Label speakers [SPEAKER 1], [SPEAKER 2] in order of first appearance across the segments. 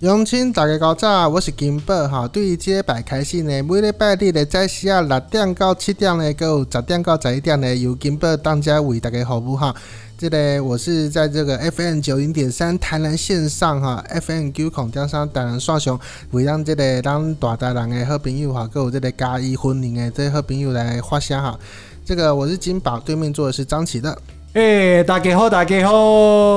[SPEAKER 1] 乡亲大家早，我是金宝哈。对于即礼拜开始呢，每礼拜日的早时啊六点到七点呢，还有十点到十一点呢，由金宝当家为大家服务哈。这个我是在这个 FM 九零点三台南线上哈，FM 九孔点三台南线上，为咱这个咱大台人的好朋友哈，还有这个嘉义婚龄的这些好朋友来发声哈。这个我是金宝，对面坐的是张启乐。
[SPEAKER 2] 哎、大家好，大家好，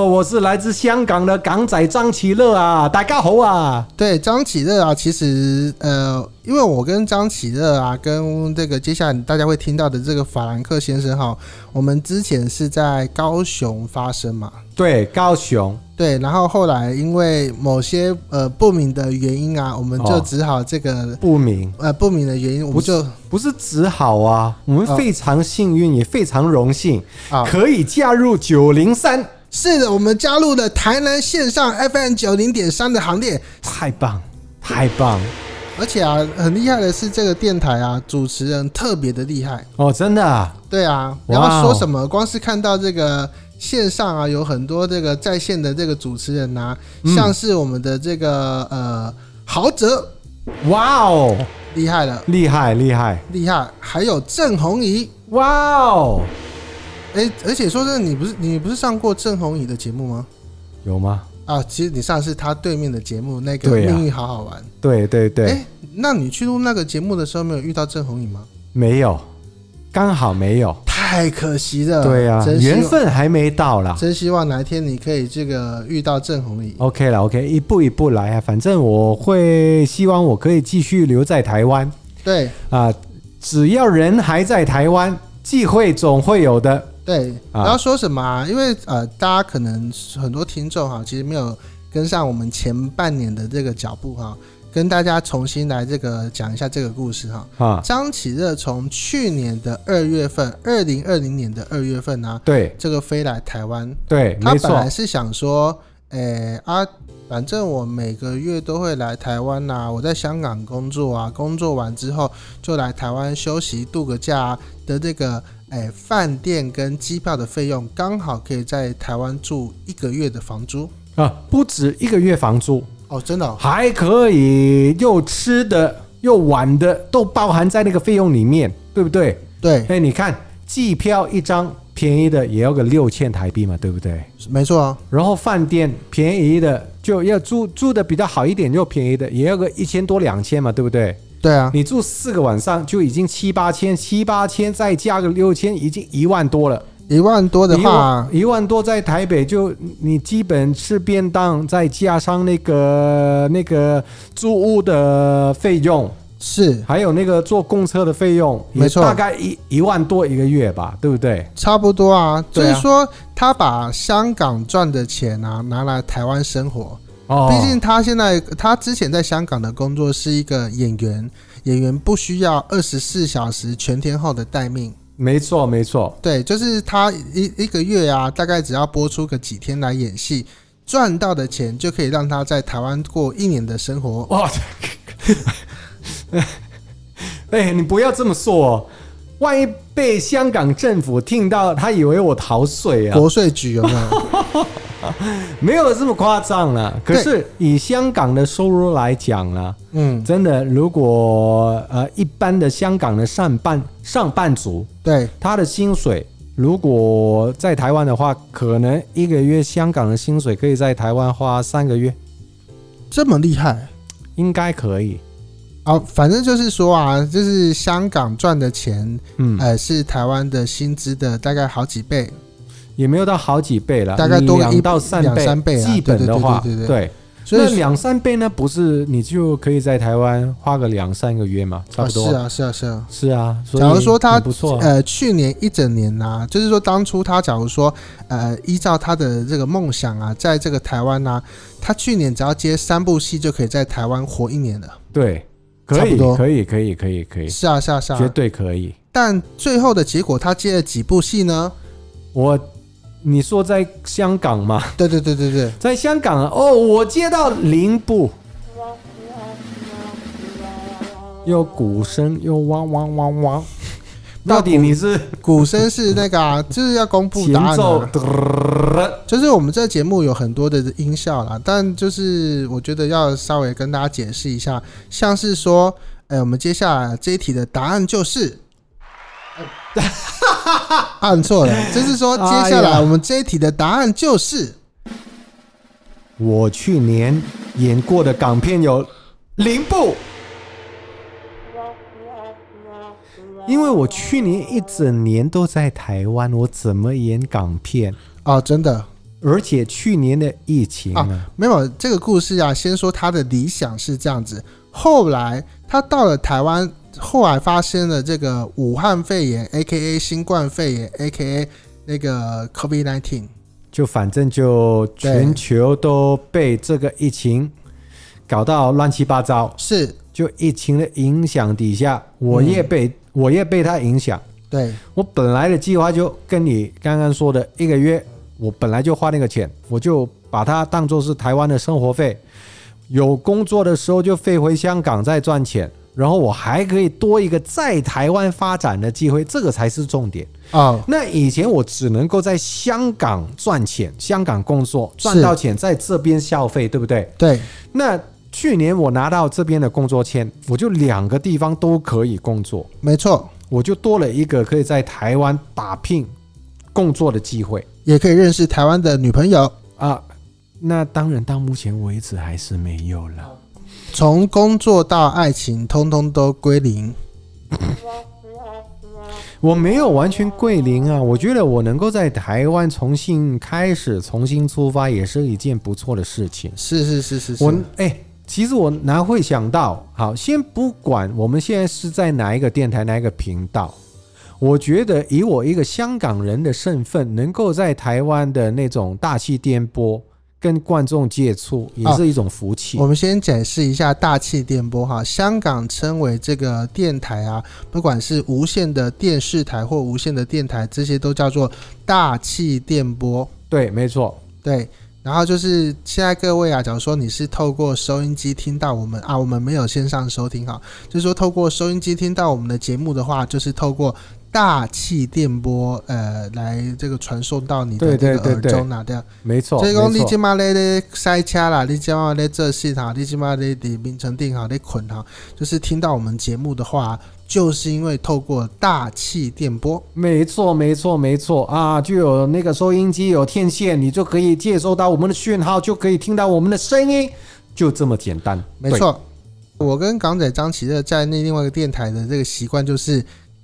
[SPEAKER 2] 我是来自香港的港仔张其乐啊，大家好啊。
[SPEAKER 1] 对张启乐啊，其实呃，因为我跟张启乐啊，跟这个接下来大家会听到的这个法兰克先生哈，我们之前是在高雄发生嘛，
[SPEAKER 2] 对，高雄，
[SPEAKER 1] 对，然后后来因为某些呃不明的原因啊，我们就
[SPEAKER 2] 哦
[SPEAKER 1] 只好这个、
[SPEAKER 2] 不明，
[SPEAKER 1] 呃不明的原因，我们就
[SPEAKER 2] 不是只好啊，我们
[SPEAKER 1] 哦
[SPEAKER 2] 非常幸运，也非常荣幸，
[SPEAKER 1] 啊，
[SPEAKER 2] 可以加入九零三，
[SPEAKER 1] 是的，我们加入了台南线上 FM 九零点三的行列，
[SPEAKER 2] 太棒，太棒
[SPEAKER 1] 而且啊，很厉害的是这个电台啊，主持人特别的厉害。
[SPEAKER 2] 哦，真的啊、
[SPEAKER 1] 对啊，然
[SPEAKER 2] 哇
[SPEAKER 1] 后
[SPEAKER 2] 哦
[SPEAKER 1] 说什么？光是看到这个线上啊，有很多这个在线的这个主持人呐、
[SPEAKER 2] 嗯
[SPEAKER 1] 像是我们的这个呃豪哲
[SPEAKER 2] 哇哦，
[SPEAKER 1] 厉害了，
[SPEAKER 2] 厉害厉害，
[SPEAKER 1] 厉害，还有郑红怡。
[SPEAKER 2] 哇哦，
[SPEAKER 1] 哎，而且说真的，你不是你不是上过郑红怡的节目吗？
[SPEAKER 2] 有吗？
[SPEAKER 1] 啊，其实你上次他对面的节目那个《
[SPEAKER 2] 对啊
[SPEAKER 1] 命运好好玩》
[SPEAKER 2] 对对对，
[SPEAKER 1] 哎，那你去录那个节目的时候，没有遇到郑红怡吗？
[SPEAKER 2] 没有，刚好没有，
[SPEAKER 1] 太可惜了，
[SPEAKER 2] 对啊，
[SPEAKER 1] 真希望
[SPEAKER 2] 缘分啊还没到啦。
[SPEAKER 1] 真希望哪一天你可以这个遇到郑红怡。
[SPEAKER 2] OK 了，OK，一步一步来啊。反正我会希望我可以继续留在台湾
[SPEAKER 1] 对，
[SPEAKER 2] 啊、只要人还在台湾，机会总会有的。
[SPEAKER 1] 对，
[SPEAKER 2] 啊
[SPEAKER 1] 然后说什么、啊？因为呃，大家可能很多听众哈、其实没有跟上我们前半年的这个脚步哈、跟大家重新来这个讲一下这个故事哈、
[SPEAKER 2] 啊，
[SPEAKER 1] 张启热从去年的二月份，二零二零年的二月份呢、
[SPEAKER 2] 对
[SPEAKER 1] 这个飞来台湾，
[SPEAKER 2] 对，
[SPEAKER 1] 他本
[SPEAKER 2] 没错
[SPEAKER 1] 来，是想说，诶、啊，反正我每个月都会来台湾呐、我在香港工作啊，工作完之后就来台湾休息度个假、啊、的这个诶饭、店跟机票的费用，刚好可以在台湾住一个月的房租
[SPEAKER 2] 啊，不止一个月房租，
[SPEAKER 1] 哦，真的、哦、
[SPEAKER 2] 还可以又吃的又玩的都包含在那个费用里面，对不对？
[SPEAKER 1] 对，
[SPEAKER 2] 哎，你看机票一张便宜的也要个六千台币嘛，对不对？
[SPEAKER 1] 没错、哦，
[SPEAKER 2] 然后饭店便宜的就要住住的比较好一点，就便宜的也要个一千多两千嘛，对不对？
[SPEAKER 1] 对啊，
[SPEAKER 2] 你住四个晚上就已经七八千，七八千再加个六千，已经一万多了。
[SPEAKER 1] 一万多的
[SPEAKER 2] 一
[SPEAKER 1] 话
[SPEAKER 2] 万，一万多在台北就你基本吃便当，再加上那个那个租屋的费用，
[SPEAKER 1] 是
[SPEAKER 2] 还有那个坐公车的费用，也
[SPEAKER 1] 没错
[SPEAKER 2] 大概一一万多一个月吧，对不对？
[SPEAKER 1] 差不多啊，就
[SPEAKER 2] 对啊
[SPEAKER 1] 是说他把香港赚的钱啊拿来台湾生活。
[SPEAKER 2] 哦
[SPEAKER 1] 毕竟他现在他之前在香港的工作是一个演员，演员不需要二十四小时全天候的待命。
[SPEAKER 2] 没错没错，
[SPEAKER 1] 对，就是他一一个月啊，大概只要播出个几天来演戏，赚到的钱就可以让他在台湾过一年的生活。
[SPEAKER 2] 哇！ 哎，你不要这么说、哦，万一被香港政府听到，他以为我逃税啊，
[SPEAKER 1] 国税局有没 有？
[SPEAKER 2] 没有这么夸张了。可
[SPEAKER 1] 对
[SPEAKER 2] 是以香港的收入来讲呢，
[SPEAKER 1] 嗯，
[SPEAKER 2] 真的，如果呃一般的香港的上班上班族，
[SPEAKER 1] 对，
[SPEAKER 2] 他的薪水如果在台湾的话，可能一个月香港的薪水可以在台湾花三个月，
[SPEAKER 1] 这么厉害
[SPEAKER 2] 应该可以。
[SPEAKER 1] 啊！反正就是说啊，就是香港赚的钱，
[SPEAKER 2] 嗯，
[SPEAKER 1] 呃，是台湾的薪资的大概好几倍。
[SPEAKER 2] 也没有到好几倍了，
[SPEAKER 1] 大概多个一
[SPEAKER 2] 两到三
[SPEAKER 1] 两
[SPEAKER 2] 倍，
[SPEAKER 1] 三倍啊
[SPEAKER 2] 基本的话，
[SPEAKER 1] 对对对所以啊
[SPEAKER 2] 那两三倍呢，不是你就可以在台湾花个两三个月嘛，差
[SPEAKER 1] 啊，
[SPEAKER 2] 不多。
[SPEAKER 1] 是啊，是啊，是啊。
[SPEAKER 2] 是啊，所以
[SPEAKER 1] 假如说他
[SPEAKER 2] 很不错啊，
[SPEAKER 1] 呃，去年一整年呐、就是说当初他假如说呃，依照他的这个梦想啊，在这个台湾呐、他去年只要接三部戏就可以在台湾活一年了。
[SPEAKER 2] 对，
[SPEAKER 1] 差
[SPEAKER 2] 可
[SPEAKER 1] 不
[SPEAKER 2] 以，
[SPEAKER 1] 多
[SPEAKER 2] 可以，可以，可以，可以，
[SPEAKER 1] 是啊，是啊，是
[SPEAKER 2] 绝
[SPEAKER 1] 啊。
[SPEAKER 2] 对可以。
[SPEAKER 1] 但最后的结果，他接了几部戏呢？
[SPEAKER 2] 我，你说在香港嘛，
[SPEAKER 1] 对对对对对，
[SPEAKER 2] 在香港啊哦，我接到零部， 又鼓声又汪汪汪汪，到底你是
[SPEAKER 1] 鼓声是那个、啊，就是要公布
[SPEAKER 2] 前
[SPEAKER 1] 答案、
[SPEAKER 2] 奏
[SPEAKER 1] 啊。？就是我们这节目有很多的音效啦，但就是我觉得要稍微跟大家解释一下，像是说，哎、我们接下来这一题的答案就是，呃按错了，就是说接下
[SPEAKER 2] 哎呀
[SPEAKER 1] 来我们这一题的答案就是，
[SPEAKER 2] 我去年演过的港片有零部，因为我去年一整年都在台湾，我怎么演港片？
[SPEAKER 1] 哦，真的
[SPEAKER 2] 而且去年的疫情啊，
[SPEAKER 1] 啊，没有这个故事啊。先说他的理想是这样子，后来他到了台湾，后来发生了这个武汉肺炎 （A.K.A. 新冠肺炎 （A.K.A. 那个 COVID-19）。
[SPEAKER 2] 就反正就全球都被这个疫情搞到乱七八糟，
[SPEAKER 1] 是
[SPEAKER 2] 就疫情的影响底下，我也被、我也被它影响。
[SPEAKER 1] 对，
[SPEAKER 2] 我本来的计划就跟你刚刚说的一个月，我本来就花那个钱，我就把它当做是台湾的生活费。有工作的时候就飞回香港再赚钱，然后我还可以多一个在台湾发展的机会，这个才是重点。
[SPEAKER 1] 哦，
[SPEAKER 2] 那以前我只能够在香港赚钱，香港工作赚到钱，在这边消费，对不对？
[SPEAKER 1] 对，
[SPEAKER 2] 那去年我拿到这边的工作签，我就两个地方都可以工作，
[SPEAKER 1] 没错，
[SPEAKER 2] 我就多了一个可以在台湾打拼工作的机会
[SPEAKER 1] 也可以认识台湾的女朋友。
[SPEAKER 2] 啊。那当然，到目前为止还是没有了。
[SPEAKER 1] 从工作到爱情，通通都归零。
[SPEAKER 2] 我没有完全归零啊，我觉得我能够在台湾重新开始、重新出发，也是一件不错的事情。
[SPEAKER 1] 是是是是是，
[SPEAKER 2] 我哎、其实我哪会想到？好，先不管我们现在是在哪一个电台、哪一个频道，我觉得以我一个香港人的身份，能够在台湾的那种大气电波跟观众接触，也
[SPEAKER 1] 啊
[SPEAKER 2] 是一种福气。
[SPEAKER 1] 我们先解释一下大气电波哈，香港称为这个电台啊，不管是无线的电视台或无线的电台，这些都叫做大气电波。
[SPEAKER 2] 对，没错，
[SPEAKER 1] 对，然后就是现在各位啊，假如说你是透过收音机听到我们啊，我们没有线上收听哈，就是说透过收音机听到我们的节目的话，就是透过大气电波呃来这个传送到你的这
[SPEAKER 2] 对对
[SPEAKER 1] 个耳
[SPEAKER 2] 对对
[SPEAKER 1] 中拿掉。
[SPEAKER 2] 没错，
[SPEAKER 1] 所以讲，
[SPEAKER 2] 没
[SPEAKER 1] 你即
[SPEAKER 2] 错。
[SPEAKER 1] 马咧咧塞车啦，你即马咧做事哈，你即马咧伫眠床顶哈咧困哈，就是听到我们节目的话，就是因为透过大气电波，
[SPEAKER 2] 没错，没错，没错啊！就有那个收音机有天线，你就可以接收到我们的讯号，就可以听到我们的声音，就这么简单。
[SPEAKER 1] 没错。我跟港仔张启乐在那另外一个电台的这个习惯就是。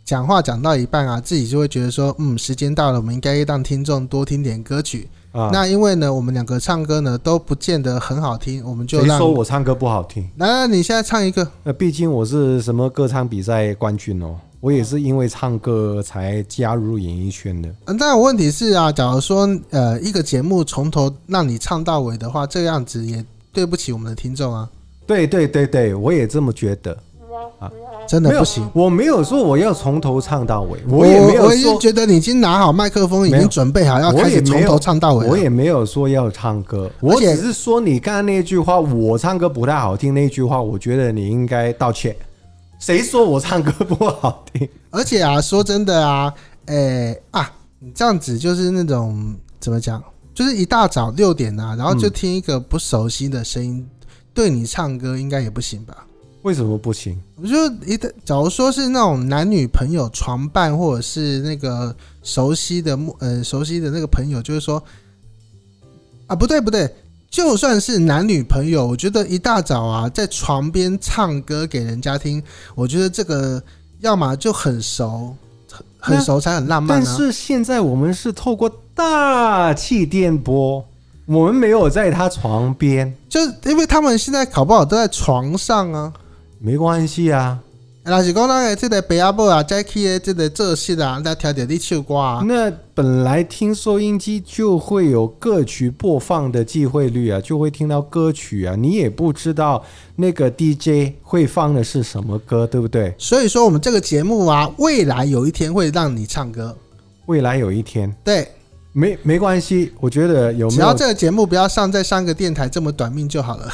[SPEAKER 1] 讲话讲到一半啊，自己就会觉得说，嗯，时间到了，我们应该让听众多听点歌曲。
[SPEAKER 2] 对啊，
[SPEAKER 1] 那因为呢，我们两个唱歌呢都不见得很好听，我们就
[SPEAKER 2] 谁
[SPEAKER 1] 让
[SPEAKER 2] 说我唱歌不好听？
[SPEAKER 1] 来来，你现在唱一个，
[SPEAKER 2] 呃，毕竟我是什么歌唱比赛冠军哦，我也是因为唱歌才加入演艺圈的。
[SPEAKER 1] 嗯，但问题是啊，假如说呃一个节目从头让你唱到尾的话，这样子也对不起我们的听众啊，
[SPEAKER 2] 对对对对，我也这么觉得。
[SPEAKER 1] 真
[SPEAKER 2] 嗯没
[SPEAKER 1] 的
[SPEAKER 2] 有
[SPEAKER 1] 不行。，
[SPEAKER 2] 我没有说我要从头唱到尾，我也没有
[SPEAKER 1] 我已经
[SPEAKER 2] 说，
[SPEAKER 1] 觉得你已经拿好麦克风，已
[SPEAKER 2] 没
[SPEAKER 1] 经
[SPEAKER 2] 有
[SPEAKER 1] 准备好要
[SPEAKER 2] 我
[SPEAKER 1] 开始
[SPEAKER 2] 也没
[SPEAKER 1] 从
[SPEAKER 2] 有
[SPEAKER 1] 头唱到尾了。
[SPEAKER 2] 我也没有说要唱歌，我
[SPEAKER 1] 且
[SPEAKER 2] 只是说你刚刚那句话，我唱歌不太好听那句话，我觉得你应该道歉。谁说我唱歌不好 听？
[SPEAKER 1] 而且啊，说真的啊，诶、啊，你这样子就是那种怎么讲，就是一大早六点啊，然后就听一个不熟悉的声音、对你唱歌，应该也不行吧？
[SPEAKER 2] 为什么不行？
[SPEAKER 1] 我就一旦假如说是那种男女朋友床伴，或者是那个熟悉的陌呃熟悉的那个朋友，就是说啊，不对不对，就算是男女朋友，我觉得一大早啊在床边唱歌给人家听，我觉得这个要么就很熟，很很熟才很浪漫
[SPEAKER 2] 但
[SPEAKER 1] 啊。
[SPEAKER 2] 是现在我们是透过大气电波，我们没有在他床边。
[SPEAKER 1] 就因为他们现在搞不好都在床上啊。
[SPEAKER 2] 没关系啊。
[SPEAKER 1] 若是讲咱的这个白阿伯啊，再去的这个做事啊，咱听着你唱歌啊，
[SPEAKER 2] 那本来听收音机就会有歌曲播放的机会率啊，就会听到歌曲啊，你也不知道那个 DJ 会放的是什么歌，对不对？
[SPEAKER 1] 所以说，我们这个节目啊，未来有一天会让你唱歌。
[SPEAKER 2] 未来有一天，
[SPEAKER 1] 对，
[SPEAKER 2] 没没关系，我觉得有
[SPEAKER 1] 只
[SPEAKER 2] 没
[SPEAKER 1] 要
[SPEAKER 2] 有
[SPEAKER 1] 这个节目不要上在上个电台这么短命就好了。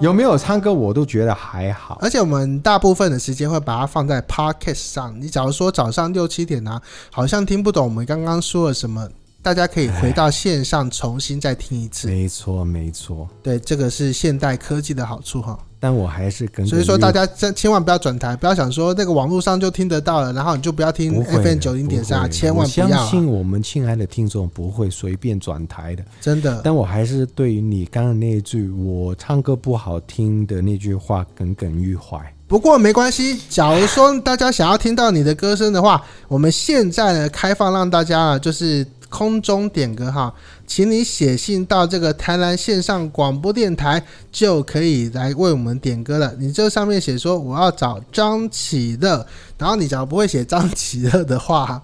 [SPEAKER 2] 有没有唱歌我都觉得还好。
[SPEAKER 1] 而且我们大部分的时间会把它放在 podcast 上。你假如说早上六七点啊，好像听不懂我们刚刚说了什么，大家可以回到线上重新再听一次。
[SPEAKER 2] 没错，没错。
[SPEAKER 1] 对，这个是现代科技的好处哈。
[SPEAKER 2] 但我还是跟
[SPEAKER 1] 所以说大家千千万不要转台，不要想说那个网络上就听得到了，然后你就不要听
[SPEAKER 2] 不会
[SPEAKER 1] FM 九零点
[SPEAKER 2] 不
[SPEAKER 1] 三，
[SPEAKER 2] 会
[SPEAKER 1] 千万
[SPEAKER 2] 我
[SPEAKER 1] 不要
[SPEAKER 2] 相
[SPEAKER 1] 啊、
[SPEAKER 2] 信我们亲爱的听众不会随便转台的。
[SPEAKER 1] 真的。
[SPEAKER 2] 但我还是对于你刚刚那一句“我唱歌不好听”的那句话耿耿于怀。
[SPEAKER 1] 不过没关系，假如说大家想要听到你的歌声的话，我们现在呢开放让大家啊，就是空中点歌哈，请你写信到这个台南线上广播电台，就可以来为我们点歌了。你这上面写说我要找张启乐，然后你假如不会写张启乐的话，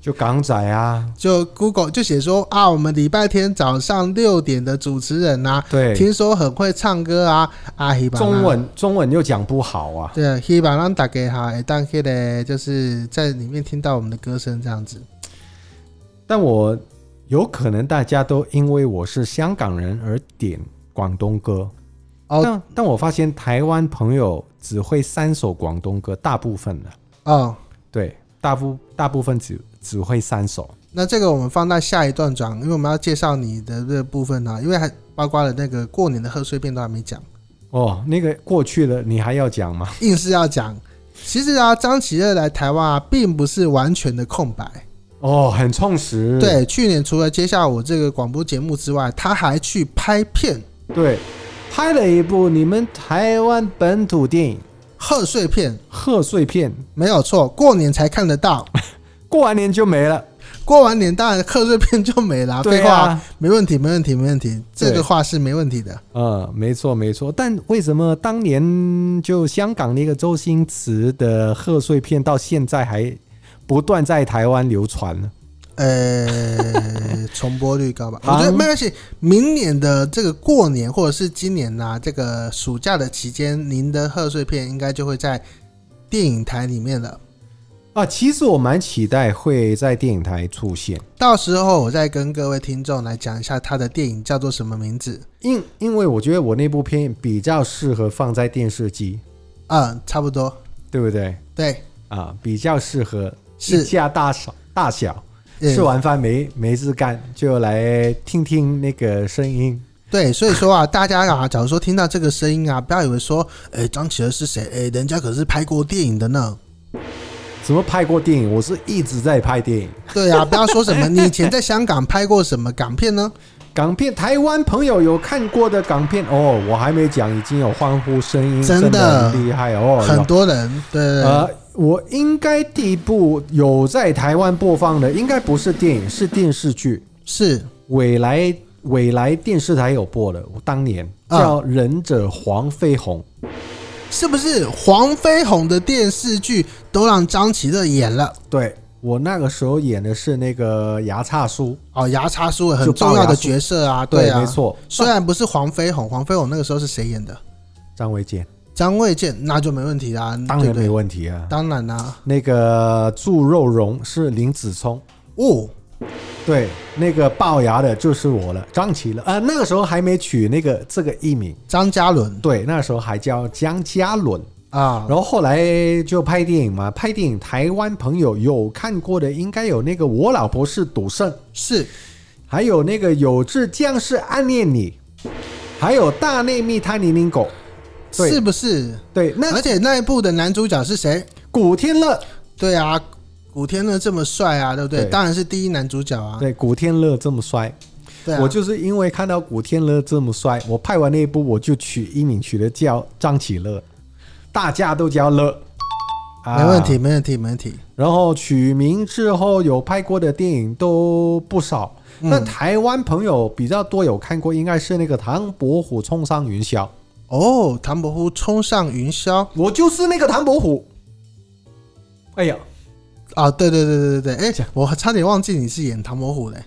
[SPEAKER 2] 就港仔啊，
[SPEAKER 1] 就 Google 就写说啊，我们礼拜天早上六点的主持人呐、
[SPEAKER 2] 对，
[SPEAKER 1] 听说很会唱歌啊，啊，希望啊
[SPEAKER 2] 中文中文又讲不好啊。
[SPEAKER 1] 对，希望让大家哈，会当可以就是在里面听到我们的歌声这样子。
[SPEAKER 2] 但我有可能大家都因为我是香港人而点广东歌，
[SPEAKER 1] 哦
[SPEAKER 2] 但但我发现台湾朋友只会三首广东歌，大部分的
[SPEAKER 1] 哦，
[SPEAKER 2] 对，大部大部分只只会三首。
[SPEAKER 1] 那这个我们放到下一段讲，因为我们要介绍你的这个部分啊呢、因为还包括了那个过年的贺岁片都还没讲，
[SPEAKER 2] 哦，那个过去的你还要讲吗？
[SPEAKER 1] 硬是要讲。其实啊，张启乐来台湾啊，并不是完全的空白。
[SPEAKER 2] 哦，很充实。
[SPEAKER 1] 对，去年除了接下我这个广播节目之外，他还去拍片
[SPEAKER 2] 对，拍了一部你们台湾本土电影《
[SPEAKER 1] 贺岁片，
[SPEAKER 2] 贺岁片》，
[SPEAKER 1] 没有错，过年才看得到，
[SPEAKER 2] 过完年就没了。
[SPEAKER 1] 过完年当然贺岁片就没了。
[SPEAKER 2] 对
[SPEAKER 1] 废话
[SPEAKER 2] 啊，
[SPEAKER 1] 没问题，没问题，没问题，这
[SPEAKER 2] 对
[SPEAKER 1] 个话是没问题的。
[SPEAKER 2] 呃，没错没错，但为什么当年就香港那个周星驰的贺岁片到现在还不断在台湾流传呢？
[SPEAKER 1] 呃， 重播率高吧？我
[SPEAKER 2] 好
[SPEAKER 1] 觉得没关系。明年的这个过年或者是今年呐、这个暑假的期间，您的贺岁片应该就会在电影台里面了。
[SPEAKER 2] 啊，其实我蛮期待会在电影台出现，
[SPEAKER 1] 到时候我再跟各位听众来讲一下他的电影叫做什么名字。
[SPEAKER 2] 因因为我觉得我那部片比较适合放在电视机，
[SPEAKER 1] 嗯，差不多。
[SPEAKER 2] 对不对？
[SPEAKER 1] 对，
[SPEAKER 2] 啊，比较适合一
[SPEAKER 1] 是
[SPEAKER 2] 家大小大小。
[SPEAKER 1] 嗯
[SPEAKER 2] 吃完饭没没事干，就来听听那个声音。
[SPEAKER 1] 对，所以说啊，大家啊，假如说听到这个声音啊，不要以为说，哎，张起乐是谁？哎，人家可是拍过电影的呢。
[SPEAKER 2] 怎么拍过电影？我是一直在拍电影，
[SPEAKER 1] 对啊，不要说什么你以前在香港拍过什么港片呢？
[SPEAKER 2] 港片。台湾朋友有看过的港片哦，我还没讲，已经有欢呼声音，
[SPEAKER 1] 真
[SPEAKER 2] 真
[SPEAKER 1] 的
[SPEAKER 2] 很厉害哦。
[SPEAKER 1] 很多人对对
[SPEAKER 2] 有
[SPEAKER 1] 对
[SPEAKER 2] 呃，我应该第一部有在台湾播放的，应该不是电影，是电视剧。
[SPEAKER 1] 是
[SPEAKER 2] 未来未来电视台有播的，我当年
[SPEAKER 1] 啊
[SPEAKER 2] 叫《忍者黄飞鸿》。
[SPEAKER 1] 是不是黄飞鸿的电视剧都让张起乐演了？
[SPEAKER 2] 对我那个时候演的是那个牙叉叔，
[SPEAKER 1] 哦，牙叉叔很
[SPEAKER 2] 就
[SPEAKER 1] 重
[SPEAKER 2] 龅
[SPEAKER 1] 要
[SPEAKER 2] 牙
[SPEAKER 1] 的
[SPEAKER 2] 叔
[SPEAKER 1] 角色啊，对啊，
[SPEAKER 2] 没。错，
[SPEAKER 1] 虽然不是黄飞鸿，黄飞鸿那个时候是谁演的？
[SPEAKER 2] 张卫健
[SPEAKER 1] 张卫健，那就没问题啦，对
[SPEAKER 2] 当然
[SPEAKER 1] 嗯不对
[SPEAKER 2] 没问题啊。
[SPEAKER 1] 当然啦、
[SPEAKER 2] 那个祝肉蓉是林子聪，
[SPEAKER 1] 哦，
[SPEAKER 2] 对，那个龅牙的就是我了，张琪了。啊、那个时候还没取那个这个艺名，
[SPEAKER 1] 张嘉伦
[SPEAKER 2] 对，那时候还叫江嘉伦。
[SPEAKER 1] 啊
[SPEAKER 2] 然，后后来就拍电影嘛，拍电影台湾朋友有看过的，应该有那个我老婆是赌圣，
[SPEAKER 1] 是
[SPEAKER 2] 还有那个有志将士暗恋你，还有大内密探零零狗。对
[SPEAKER 1] 是不哎是？
[SPEAKER 2] 对，那
[SPEAKER 1] 而且那一部的男主角是谁？
[SPEAKER 2] 古天乐，
[SPEAKER 1] 对啊，古天乐这么帅啊，对不对？
[SPEAKER 2] 对
[SPEAKER 1] 当然是第一男主角啊。
[SPEAKER 2] 对，古天乐这么帅，
[SPEAKER 1] 对啊，
[SPEAKER 2] 我就是因为看到古天乐这么帅，我拍完那一部我就取艺名取的叫张启乐，大家都叫乐，啊
[SPEAKER 1] 没问题，。没问题，没问题。
[SPEAKER 2] 然后取名之后有拍过的电影都不少，
[SPEAKER 1] 嗯
[SPEAKER 2] 那台湾朋友比较多有看过，应该是那个《唐伯虎冲上云霄》，
[SPEAKER 1] 哦，唐伯虎冲上云霄
[SPEAKER 2] 我就是那个唐伯虎。哎呀，
[SPEAKER 1] 啊！对对对对对对，哎、我差点忘记你是演唐伯虎嘞、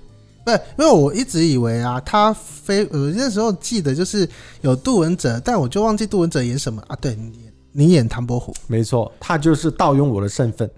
[SPEAKER 1] 不是，因为我一直以为啊，他非我那时候记得就是有杜文泽，但我就忘记杜文泽演什么啊。对你演你演唐伯虎，
[SPEAKER 2] 没错，他就是盗用我的身份。